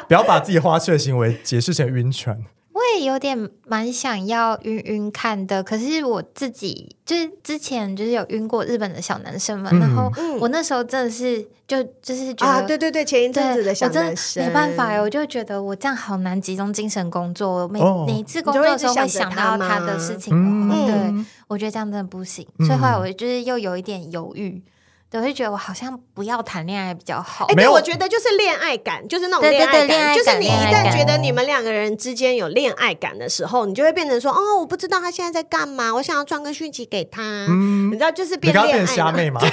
S2: 不要把自己花痴的行为解释成晕船。
S3: 我也有点蛮想要晕晕看的，可是我自己就是之前就是有晕过日本的小男生嘛，
S2: 嗯
S3: 然后
S1: 嗯
S3: 我那时候真的是就就是觉得
S1: 啊，对对对，前一阵子的小
S3: 我真
S1: 男
S3: 的
S1: 生，
S3: 没办法耶，我就觉得我这样好难集中精神工作。我每、
S2: 哦
S3: 每一次工作的时候会想到他的事情的话，
S1: 嗯
S3: 对我觉得这样真的不行。所以后来
S2: 嗯
S3: 我就是又有一点犹豫，对，我就觉得我好像不要谈恋爱比较好。
S1: 哎，对，
S2: 没有
S1: 我觉得就是恋爱感，就是那种
S3: 对对
S1: 恋爱
S3: 对恋
S1: 感，
S3: 爱
S1: 就是
S3: 感
S1: 你一
S3: 恋爱
S1: 旦
S3: 感
S1: 觉得你们两个人之间有恋爱感的时候，你就会变成说，哦，我不知道他现在在干嘛，我想要传个讯息给他，你知道，就是
S2: 嗯你
S1: 变
S2: 刚刚
S1: 恋爱
S2: 变成虾
S1: 了。
S2: 妹嘛？
S3: 对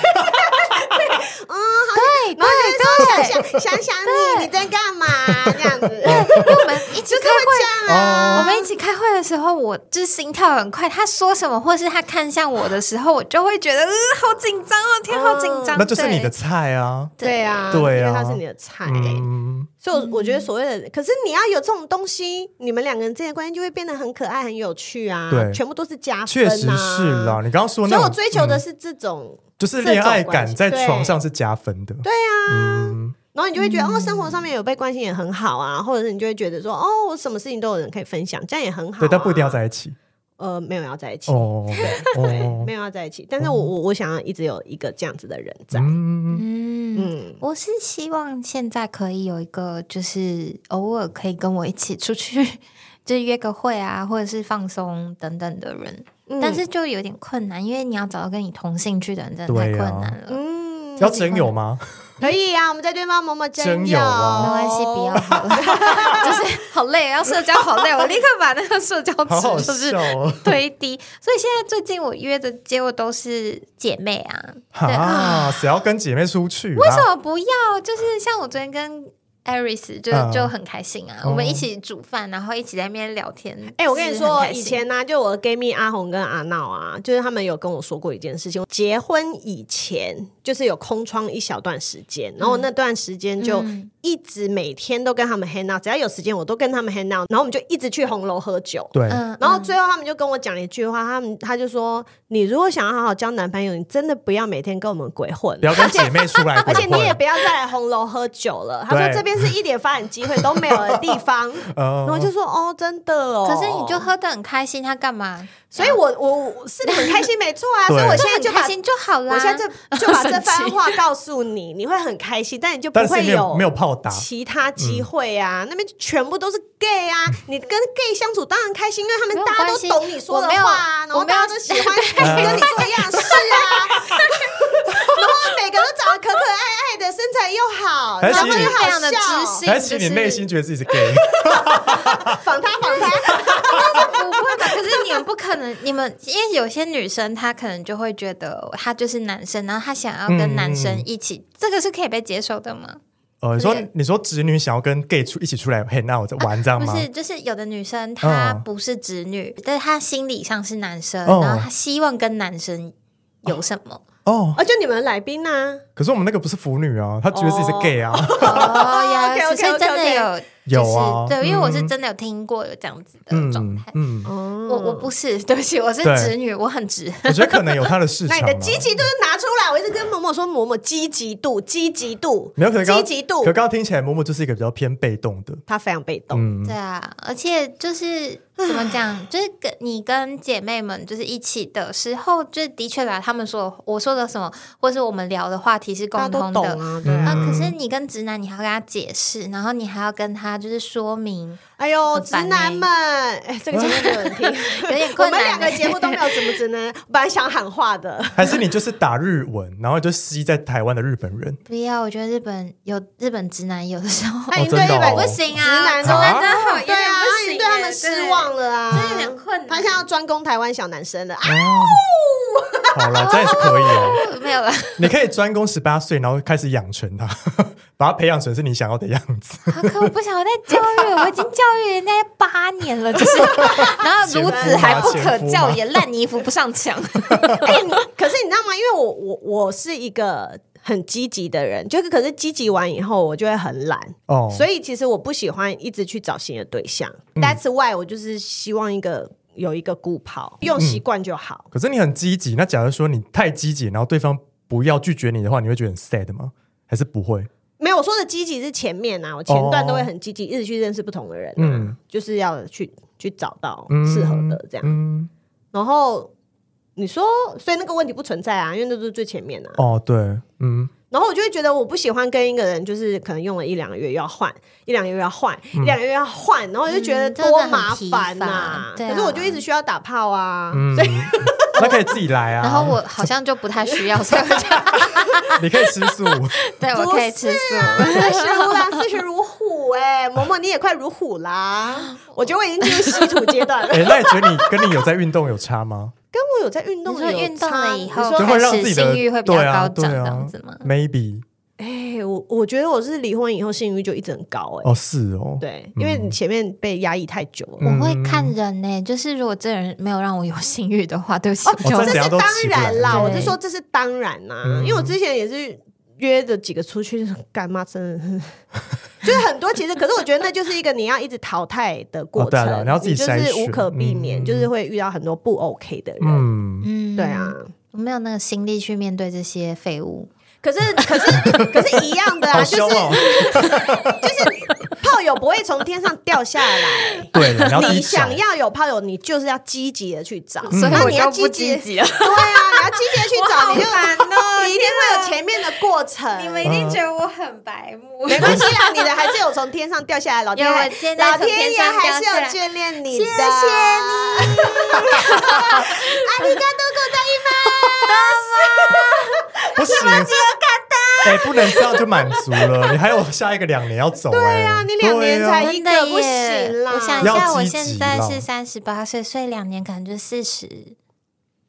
S1: 然
S3: 对
S1: 后就会说想想想想你，你在干嘛？这样子，
S3: 因为我们一起
S1: [LAUGHS] 就是会这样
S2: 哦
S1: 啊。
S3: 我们一起开会的时候，我就是心跳很快。他说什么，或是他看向我的时候，我就会觉得，嗯、好紧张哦，天，好紧张。
S2: 那就是你的
S3: 对
S2: 菜啊。
S1: 对啊，
S2: 对啊
S1: 因为他是你的菜，
S2: 嗯，
S1: 所以我我觉得所谓的，可是你要有这种东西，你们两个人之间的关系就会变得很可爱、很有趣啊，
S2: 对
S1: 全部都是加分、啊，
S2: 确实是啦。。你刚刚说
S1: 啊所
S2: 那
S1: 以我
S2: 种嗯
S1: 追求的是这种，
S2: 就是恋爱
S1: 这种关
S2: 感
S1: 系
S2: 在床上是加分的。对啊，
S1: 然后你就会觉
S2: 嗯
S1: 得、哦，生活上面有被关心也很好啊，或者是你就会觉得说哦，我什么事情都有人可以分享，这样也很好、啊。
S2: 对，但不一定要在一起。
S1: 呃，没有要在一起， [LAUGHS]
S2: 哦哦
S1: 没，有要在一起，但是我我我想要一直有一个这样子的人在，
S2: 嗯，
S3: 嗯，
S1: 嗯
S3: 我是希望现在可以有一个，就是偶尔可以跟我一起出去，就是约个会啊，或者是放松等等的人。
S1: 嗯
S3: 但是就有点困难，因为你要找到跟你同兴趣的人，真的太
S2: 对啊
S3: 困难了。
S1: 嗯，
S2: 要真有吗？
S1: 可以啊，我们在对方某某
S2: 真
S1: 有，
S2: 有啊
S3: 没关系，不要好了， [LAUGHS] 就是好累，要社交好累，我立刻把那个社交
S2: 好好
S3: 值就是
S2: 笑哦。 [LAUGHS]
S3: 推低，所以现在最近我约的结果都是姐妹啊。对
S2: 啊，谁要跟姐妹出去啊？
S3: 为什么不要？就是像我昨天跟 Iris 就、
S2: 嗯
S3: 就很开心啊，
S2: 哦
S3: 我们一起煮饭，然后一起在那边聊天。
S1: 哎、我跟你
S3: 就是很
S1: 说，
S3: 开心
S1: 以前呢、就我的 gay 蜜阿红跟阿闹啊，就是他们有跟我说过一件事情，结婚以前就是有空窗一小段时间，然后我那段时间就
S3: 嗯
S1: 一直每天都跟他们 hang out，只要有时间我都跟他们 hang out，然后我们就一直去红楼喝酒。
S2: 对，
S3: 嗯，
S1: 然后
S3: 嗯
S1: 最后他们就跟我讲了一句话，他们他就说：“你如果想要好好交男朋友，你真的不要每天跟我们鬼混啊
S2: 不，要跟姐妹出来鬼
S1: 而
S2: 混，
S1: 且你也不要再来红楼喝酒了。”他说：“
S2: 对
S1: 这边是一点发展机会都没有的地
S2: [LAUGHS]
S1: 方。”然后我
S2: 呃，
S1: 就说：“哦，真的哦。”
S3: 嗯可是你就喝的很开心，他干嘛？
S1: 所以我，我我是很开心，没错啊。所
S2: 对
S1: 以我
S3: 就
S1: 现在
S3: 很
S1: 就把
S3: 开，心就好啦。
S1: 我现在就就把这
S3: 生
S1: 番
S2: [LAUGHS]
S3: 气
S1: 话告诉你，你会很开心，但你就不
S2: 但是
S1: 会
S2: 没有没有炮打，嗯
S1: 其他机会啊。那边全部都是 gay 啊，你跟 gay 相处当然开心，因为他
S3: 没
S1: 们
S3: 有
S1: 大家都
S3: 关系
S1: 懂你说的
S3: 我没有
S1: 话啊，然后
S3: 我没有
S1: 大家都喜欢
S2: [LAUGHS]
S1: 跟你做一样的事啊。 [LAUGHS] 然后每个都长得可可爱爱的，身材又好，
S2: 而
S1: 然
S2: 且
S1: 后又
S3: 非
S1: 好
S3: 常地知
S1: 笑，
S3: 性
S2: 还是
S3: 就
S2: 你
S3: 是
S2: 内心觉得自
S1: [LAUGHS]
S2: 己是 gay，
S1: 仿他仿他。
S3: [LAUGHS] 不会吧？可是你们不可能，你们因为有些女生她可能就会觉得她就是男生，然后她想要跟男生一
S2: 嗯
S3: 起，这个是可以被接受的吗？
S2: 呃，你说
S3: 对
S2: 你说直女想要跟 gay 出一起出来 hang out 在玩这样
S3: 不
S1: 啊
S2: 吗？
S3: 是，就是有的女生她
S2: 哦
S3: 不是直女，但是她心理上是男生，
S2: 哦
S3: 然后她希望跟男生有什么？
S2: 哦，
S1: 啊，就你们来宾呐， [LAUGHS]
S2: 可是我们那个不是腐女啊，她觉得自己是 gay 啊，
S3: 哦，原来
S1: OK，OK，OK，OK
S3: 是所以真的有
S2: 有
S3: 就是
S2: 啊
S3: 对，因为我是
S2: 嗯
S3: 真的有听过有这样子的状
S2: 嗯
S3: 态。
S2: 嗯，
S1: 哦
S3: 我我不是，对不起，我是
S2: 对
S3: 直女，我很直。
S2: 我觉得可能有它的市
S1: 那
S2: 场
S1: 你
S2: 啊。
S1: 的积极度就拿出来，我一直跟某某说，某某积极度，积极度，
S2: 没有，可能刚
S1: 积极度
S2: 可，刚刚听起来，嬷嬷就是一个比较偏被动的，
S1: 他非常被动。
S2: 嗯
S3: [LAUGHS] 对，啊，而且就是怎么讲，就是跟你跟姐妹们就是一起的时候，就是的确把他们说我说的什么，或是我们聊的话题是
S1: 大家
S3: 共
S1: 都
S3: 通
S1: 懂
S3: 的。
S1: 啊，对啊
S3: 啊！
S2: 嗯
S3: 可是你跟直男，你还要跟他解释，然后你还要跟他就是说明，
S1: 哎呦，
S3: 很
S1: 直
S3: 烦
S1: 男
S3: 欸
S1: 们，哎，这个节目没有人听，
S3: 有点
S1: 我
S3: 困
S1: 们
S3: 难欸。
S1: 两个节目都没有怎么直男，本来想喊话的，
S2: 还是你就是打日文，然后就吸在台湾的日本人，
S3: [LAUGHS] 不要，我觉得日本有日本直男，有的时候 [LAUGHS]
S1: 那你
S2: 真
S1: 对
S2: 的
S1: 日本
S2: 哦
S3: 不行
S1: 直
S3: 啊，
S1: 男
S3: 直男真的好
S1: 哦对啊，那你对他们失望，了啊，
S3: 真的有点困难。
S1: 他现在要专攻台湾小男生了啊！
S2: 好了，这样也是可以哦。
S3: 没有了， [LAUGHS]
S2: 你可以专攻十八岁，然后开始养成他， [LAUGHS] 把他培养成是你想要的样子。
S3: 啊可我不想要再教育了，我已经教育人家八年了， [LAUGHS] 就是，然后孺子还不可教也，烂泥扶不上墙。
S1: 哎，你可是你知道吗？因为我我我是一个很积极的人，就是可是积极完以后，我就会很懒，
S2: 哦，嗯
S1: 所
S2: 以
S1: 以其实我不喜欢一直去找新的对象。That's why 我就是希望一个有一个固跑，用习惯就好。
S2: 可是你很积极，那假如说你太积极，然后对方不要拒绝你的话，你会觉得很 sad 吗？还是不会？
S1: 没有，我说的积极是前面啊，我前段都会很积极，一直去认识不同的人、啊，
S2: 哦嗯
S1: 就是要去去找到
S2: 嗯
S1: 适合的这样。
S2: 嗯，
S1: 然后你说，所以那个问题不存在啊，因为那都是最前面啊。
S2: 哦，对，嗯，
S1: 然后我就会觉得我不喜欢跟一个人，就是可能用了一两个月又要换，一两个月要换，
S2: 嗯
S1: 一两个月要换，然后我就觉得
S3: 嗯真的
S1: 多
S3: 很
S1: 麻
S3: 疲
S1: 烦呐、
S3: 乏对啊
S1: 可是我就一直需要打炮啊，
S2: 嗯
S1: 所以
S2: [LAUGHS] 那可以自己来啊。
S3: [LAUGHS] [LAUGHS] 然后我好像就不太需要，所以我就
S2: 你可以吃
S3: [LAUGHS]
S2: 素，
S3: 对我可以吃 [LAUGHS] 素。
S1: 四十如狼，四十如虎、
S2: [LAUGHS]
S1: 哎，嬷嬷你也快如虎啦！我觉得我已经进入稀土阶
S3: [LAUGHS]
S1: 段了。
S2: 哎，那你觉得你跟你有在运动有差吗？
S1: 跟我有在运动
S3: 你说
S1: 有
S3: 运动
S1: 差
S3: 了以后
S1: 你
S2: 就
S1: 说
S2: 会让自己
S3: 开
S2: 的
S3: 始性欲会比较
S2: 对啊
S3: 高涨
S2: 对啊
S3: 这样子吗
S2: ？Maybe
S1: 哎、我我觉得我是离婚以后性欲就一直很高、哎、
S2: 哦，嗯是哦，
S1: 对，因为你前面被压抑太久了。
S3: 我会看人呢、就是如果这人没有让我有性欲的话，对不起，我就
S2: 哦
S1: 这
S2: 这
S1: 是
S2: 样
S1: 当然啦，
S3: 对
S1: 我是说这是当然呐、
S2: 嗯
S1: 因为我之前也是约的几个出去，干嘛真的是， [LAUGHS] 就是很多其实，可是我觉得那就是一个你要一一直淘汰的过
S2: 哦对
S1: 程，
S2: 啊对啊你要自己筛
S1: 就是
S2: 选
S1: 无可避免，
S2: 嗯
S1: 就是会遇到很多不 OK 的人，
S2: 嗯，
S3: 嗯
S1: 对啊。，
S3: 我没有那个心力去面对这些废物。
S1: 可是，可是，可是一样的啊，
S2: 好
S1: 就是
S2: 凶哦，
S1: 炮友不会从天上掉下来。
S2: 对，你要自
S1: 你
S2: 己找
S1: 想要有炮友，你就是要积极的去找，
S2: 嗯
S3: 所以
S1: 那
S3: 嗯我
S1: 你要积
S3: 就不
S1: 极
S3: 积， [LAUGHS] 极了。
S1: 对啊，你要积极的去找，你就
S3: 烦哦
S1: [LAUGHS] 你一定会有前面的过程。
S3: 一定觉得我很白目
S1: 没关系啦，你的还是有从天上掉下来，老天
S3: 有
S1: 还
S3: 我现在
S1: 老
S3: 从
S1: 天
S3: 天
S1: 爷
S3: 上
S1: 还是有
S3: 掉下来
S1: 眷恋你的，
S3: 谢谢你。
S1: 阿里嘎
S2: 不行，哎，不能这样就满足了，你还有下一个两年要走，哎对
S1: 啊你两年才
S3: 真的
S1: 一个不
S3: 耶
S1: 行啦
S3: 我想一
S2: 要积
S3: 下，
S2: 极
S3: 我现在
S2: 啦
S3: 是三十八岁，所以两年可能就四十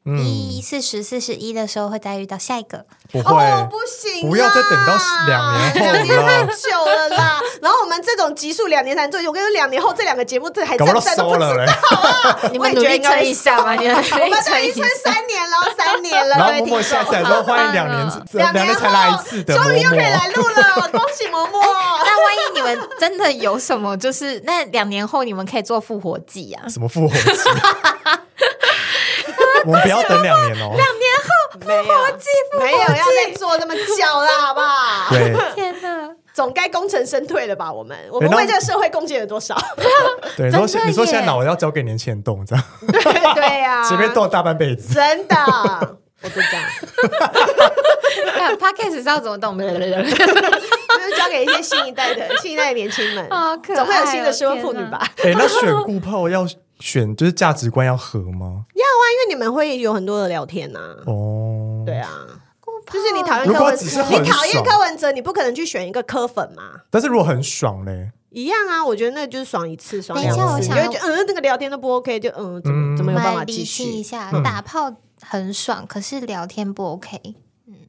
S3: 一、
S2: 嗯，
S3: 四十、四十一的时候会再遇到下一
S1: [LAUGHS]
S3: 个。
S2: 不
S1: 多！哦，
S2: 会，
S1: 不行啦，
S2: 不要再等到两年后
S1: 太
S2: 了，
S1: 久了啦。然后我们这种集数两年才做，我跟你说，两年后这两个节目这还
S2: 搞
S1: 在
S2: 不到
S1: 不在都
S2: 收
S1: 不知道
S2: 了 [LAUGHS] 嘞。
S3: 你
S1: 我也觉
S3: 们努
S1: 得
S3: 力
S1: 应该会
S3: 撑一下吧，你们
S1: [LAUGHS]
S3: 努
S1: 我
S3: 力
S1: 们
S3: 撑
S1: 等
S3: 一
S1: 一
S3: 下
S1: 撑。三年了，三年了，
S2: 然后
S1: 各位
S2: 默默
S1: 听众
S2: 下次来说，欢迎两年，两
S1: 年
S2: 年
S1: 后
S2: 才来一次的默
S1: 终于又可以来
S2: 默，
S1: 录了，恭喜嬷 [LAUGHS] 嬷！
S3: [LAUGHS] 那万一你们真的有什么，就是那两年后你们可以做复活
S1: [LAUGHS]
S3: 剂啊！
S2: 什么复活期？我们不要等两年哦，
S1: 没有，没有要再做这么久 [LAUGHS] 了，好不好？
S2: 对，
S3: 天哪，
S1: 总该功成身退了吧？我们我们
S2: 对那
S1: 为这个社会贡献了多 [LAUGHS] 少？
S2: 对，你
S3: 真的
S2: 说你说现在
S3: 耶
S2: 脑要交给年轻人动，这样
S1: 对呀、
S2: 随便动大半辈子。
S1: 真 [LAUGHS] 的，我就这样，
S3: 那 podcast 是要怎么
S1: [LAUGHS]
S3: 动？
S1: 就是交给一些新一代的新一代的年轻们，
S3: [LAUGHS] 好可爱哦
S1: 总会有新的失婚妇女吧？
S2: 哎，那选固炮要选就是价值观要合
S1: [LAUGHS]
S2: 吗？
S1: 因为你们会有很多的聊天啊呐、
S2: 哦，
S1: 对啊，就是你讨厌
S2: 如
S1: 柯
S2: 果
S1: 文
S2: 只是
S1: 哲，
S2: 很
S1: 你讨厌
S2: 爽
S1: 柯文哲，你不可能去选一个柯粉嘛。
S2: 但是如果很爽嘞，
S1: 一样啊，我觉得那就是爽一次，爽
S3: 等
S2: 一
S1: 两
S2: 下
S1: 次，
S2: 我
S1: 你就
S3: 想
S1: 会
S3: 要
S1: 觉得嗯，那个聊天都不 OK，就嗯，怎么
S2: 嗯
S1: 怎么
S3: 我
S1: 有办法
S3: 们
S1: 继
S3: 理
S1: 续
S3: 清？一下，
S2: 嗯
S3: 打炮很爽，可是聊天不 OK，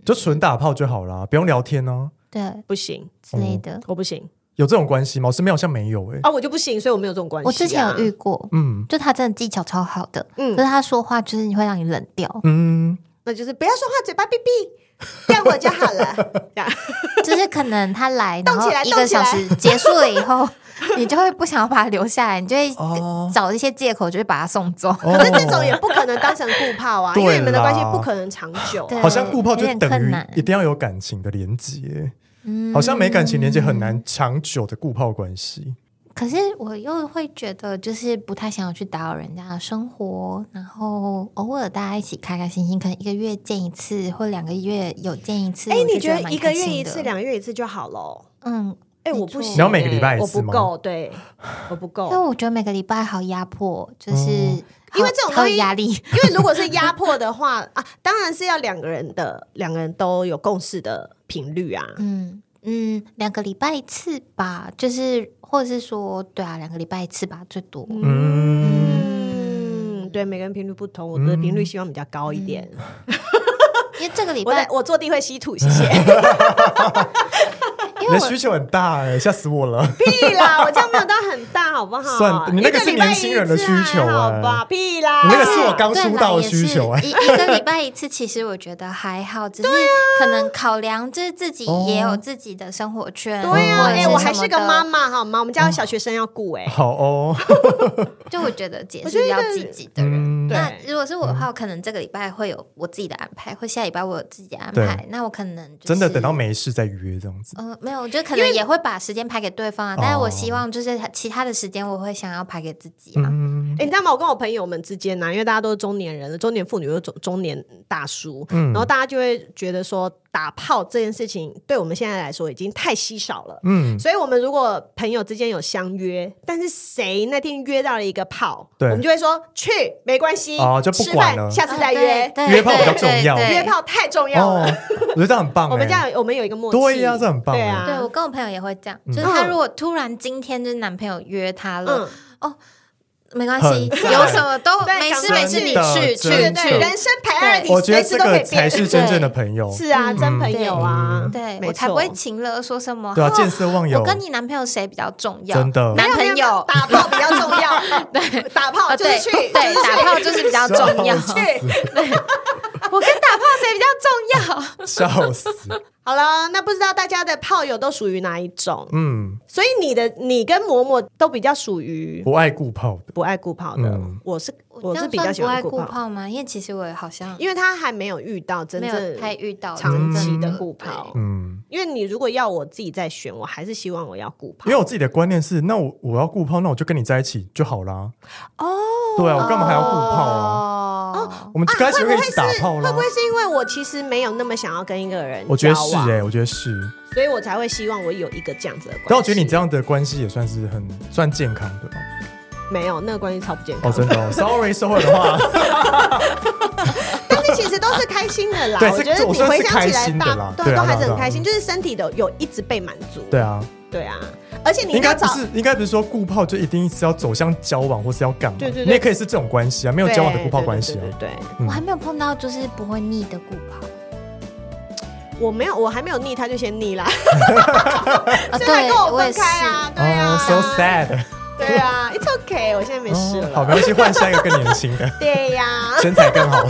S2: 就纯打炮就好啦，不用聊天呢、
S3: 对
S1: 不行，
S3: 之类的。
S1: 我不行
S2: 有这种关系吗？我身边好像没有诶、
S1: 啊，我就不行，所以我没有这种关系、
S3: 我之前有遇，过，
S2: 嗯
S3: 就他真的技巧超好的，
S1: 嗯
S3: 可是他说话就是你会让你冷掉，
S2: 嗯，
S1: 那就是不要说话，嘴巴闭闭， [LAUGHS] 这样我
S2: [LAUGHS]
S1: 就好了。这样 [LAUGHS]
S3: 就是可能他来，
S1: 动
S3: 然
S1: 起
S3: 后
S1: 来 [LAUGHS]
S3: 一个小时结束了以后，你就会不想要把他留下来，你就会
S2: 哦
S3: 找一些借口，就是把他送走。
S1: 可是这种也不可能当成固炮啊，因为你们的关系不可能长久。啊
S3: 对
S2: 哦好像固炮就
S3: 有点
S2: 等
S3: 困
S2: 于
S3: 难
S2: 一定要有感情的连接，
S3: 嗯
S2: 好像没感情连接很难长久的固炮关系。
S3: 可是我又会觉得，就是不太想要去打扰人家的生活，然后偶尔大家一起开开心心，可能一个月见一次，或两个月有见一次。
S1: 哎、
S3: 啊我就
S1: 你觉得
S3: 蛮
S1: 一个
S3: 开
S1: 月
S3: 心
S1: 一
S3: 的
S1: 次、两个月一次就好喽？
S3: 嗯，
S1: 哎、
S3: 没
S1: 我不
S3: 错
S1: 行、
S2: 你要每个礼拜一
S1: 我
S2: 次
S1: 不
S2: 吗
S1: 够，
S2: [LAUGHS]
S1: 对，我不够
S3: 因为。我觉得每个礼拜好压迫，就是
S2: 哦
S1: 哦
S3: 好
S1: 因为这种东
S3: 好有
S1: 西
S3: 压力。
S1: 因为如果是压迫的话啊，当然是要两个人的，两个人都有共识的频率啊。
S3: 嗯嗯，两个礼拜一次吧，就是或者是说，对啊，两个礼拜一次吧，最多。
S2: 嗯，
S1: 嗯，对，每个人频率不同，我的频率希望比较高一点。
S3: 因为这个礼
S1: 我在
S3: 嗯拜，
S1: 我坐地会吸土，谢谢。 [LAUGHS]
S3: 因
S2: 你
S3: 为
S2: 的
S3: 我
S2: 需求很大哎、吓死我
S3: [LAUGHS]
S2: 了。
S1: 屁啦，我这样没有到很大，好不好？
S2: 算你那个是年轻人的需求
S1: 一个礼拜一次还啊好
S2: 哎
S1: 吧？屁啦，
S2: 你那个是我刚
S3: 对
S2: 出
S3: 啦
S2: 道的
S3: 也
S2: 需
S3: 是
S2: 求哎
S3: [LAUGHS] 一一个礼拜一次，其实我觉得还好，只是
S1: 啊
S3: 可能考量就是自己也有
S2: 哦
S3: 自己的生活圈。
S1: 对呀、啊，
S3: 或者
S1: 哎、我还
S3: 嗯什
S1: 是
S3: 么
S1: 个
S3: 的
S1: 妈，妈，好吗？我们
S2: 啊
S1: 家有小学生要顾、哎、
S2: 好哦，
S3: 就我觉得姐
S1: 我
S3: 是
S1: 觉
S3: 比较
S1: 得
S3: 积极的人。
S2: 嗯
S1: 对
S3: 那如果是我的话，我可能这个礼拜会有我自己的安排，或下礼拜我有自己的安
S2: 对
S3: 排。那我可能就
S2: 真的等到
S3: 是
S2: 没事再约这样子。
S3: 嗯，没有，我觉得可能也会把时间排给对方啊，但是我希
S2: 哦
S3: 望就是其他的时间我会想要排给自己啊。
S2: 嗯
S1: 哎、，你知道吗？我跟我朋友们之间呢、因为大家都是中年人了，中年妇女又是中中年大叔，
S2: 嗯
S1: 然后大家就会觉得说，打炮这件事情对我们现在来说已经太稀少了。
S2: 嗯，
S1: 所以，我们如果朋友之间有相约，但是谁那天约到了一个炮，我
S2: 对
S1: 们就会说去没关系，
S2: 哦就不
S1: 吃
S2: 管
S1: 饭
S2: 了
S1: 下次再啊约。
S3: 啊对
S2: 约炮比较
S3: 对
S2: 重
S3: 对
S2: 要
S3: 对
S1: 约炮太重要
S2: 哦
S1: 了，，
S2: 我觉得这样很棒、欸。
S1: 我们这样我们有一个默契。
S2: 对呀这很棒
S1: 对
S2: 哎
S1: 啊，
S3: 对我跟我朋友也会这样，
S2: 嗯
S3: 就是他如果突然今天就是男朋友约他了，
S1: 嗯，
S3: 没关系，
S2: 很赞
S3: 有什么都
S1: 对
S3: 没事
S1: 赶快
S3: 没事，
S1: 去
S3: 你
S2: 真
S3: 去
S2: 的
S3: 去
S1: 对对，
S2: 真的
S3: 去，
S1: 人生排二
S3: 对
S1: 题，
S2: 我觉得
S1: 随时都
S2: 这
S1: 可以
S2: 个
S1: 变
S2: 才是真正的朋友。
S1: [LAUGHS] 是啊，
S3: 嗯
S1: 真朋友啊，
S3: 对
S1: 没
S3: 我才
S1: 错
S3: 不会情勒说什么。
S2: 对啊，
S3: 哦
S2: 见色忘友。
S3: 我跟你男朋友谁比较重要？
S2: 真的
S3: 男
S1: 没有没有
S3: 朋
S1: 没有
S3: 友
S1: 打炮比较重要，对，打炮
S3: 哦
S1: 就是
S3: [LAUGHS] 对
S1: 去，
S3: 对
S1: 就是去
S3: 打炮就是比较重要，
S2: 笑
S3: 我跟打炮谁比较重要？
S2: 笑死，
S1: 好了，那不知道大家的炮友都属于哪一种？
S2: 嗯，
S1: 所以你的你跟嬷嬷都比较属于
S2: 不爱顾炮的，
S1: 不爱顾炮的
S2: 嗯，
S1: 我是
S3: 我
S1: 我
S3: 这
S1: 是
S3: 样
S1: 比较
S3: 算
S1: 喜
S3: 不
S1: 欢
S3: 爱
S1: 顾
S3: 顾
S1: 炮，
S3: 炮吗？因为其实我也好像
S1: 因为他还没有遇到真
S3: 没有太
S1: 正
S3: 遇到
S1: 长期
S3: 真
S1: 的
S3: 正
S1: 顾炮。
S2: 嗯，
S1: 因为你如果要我自己再选，我还是希望我要顾炮
S2: 因为。我自己的观念是，那我我要顾炮，那我就跟你在一起就好啦。
S1: 哦，
S2: 对啊，我干嘛还要顾炮啊？
S3: 哦，
S2: 我们在一起就可以一起打炮啦
S1: 会不。会是因为我其实没有那么想要跟一个人
S2: 我觉
S1: 交
S2: 得是
S1: 往，
S2: 哎，我觉得是。
S1: 所以我才会希望我有一个这样子的关系。
S2: 但我觉得你这样的关系也算是很算健康的哦
S1: 没有那个关系超不健
S2: 哦，
S1: 康，
S2: 真的哦。Sorry，收回的话，
S1: 但是其实都是开心的啦。
S2: 对
S1: 我
S2: 是
S1: 觉得
S2: 我
S1: 你
S2: 算
S1: 回
S2: 是
S1: 想起
S2: 开
S1: 来
S2: 心的
S1: 大
S2: 啦
S1: 对
S2: 对啊
S1: 都还是
S2: 对
S1: 很
S2: 啊
S1: 开心，就是身体的有一直被满足。
S2: 对啊，
S1: 对啊，而且你
S2: 应该
S1: 要
S2: 不
S1: 找
S2: 是应该不是说顾炮就一定是要走向交往或是要干嘛？
S1: 对对对
S2: 你也可以是这种关系啊，没有
S1: 对
S2: 交往的顾炮关系啊
S1: 对。对对对对
S3: 我还没有碰到就是不会腻的顾炮
S1: 我没有，我还没有腻，他就先腻
S3: [LAUGHS]
S1: 啦，
S3: 啊，
S1: 所以他
S3: 对
S1: 跟我
S3: 我也
S1: 分
S3: 是，
S1: 开啊，对
S2: 哦
S1: 啊
S2: ，so sad。
S1: 对啊，it's okay，我现在没事
S2: 哦好，没
S1: 了。，
S2: 关系，换下一个更年轻的
S1: 对呀，
S2: 身材更好。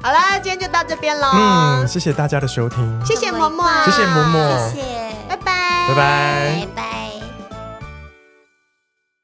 S1: 好啦，今天就到这边喽，
S2: 嗯，谢谢大家的收听，
S1: 谢谢嬷嬷，
S2: 谢谢嬷嬷
S3: 谢谢，
S1: 拜拜，
S2: 拜拜
S3: 拜。拜。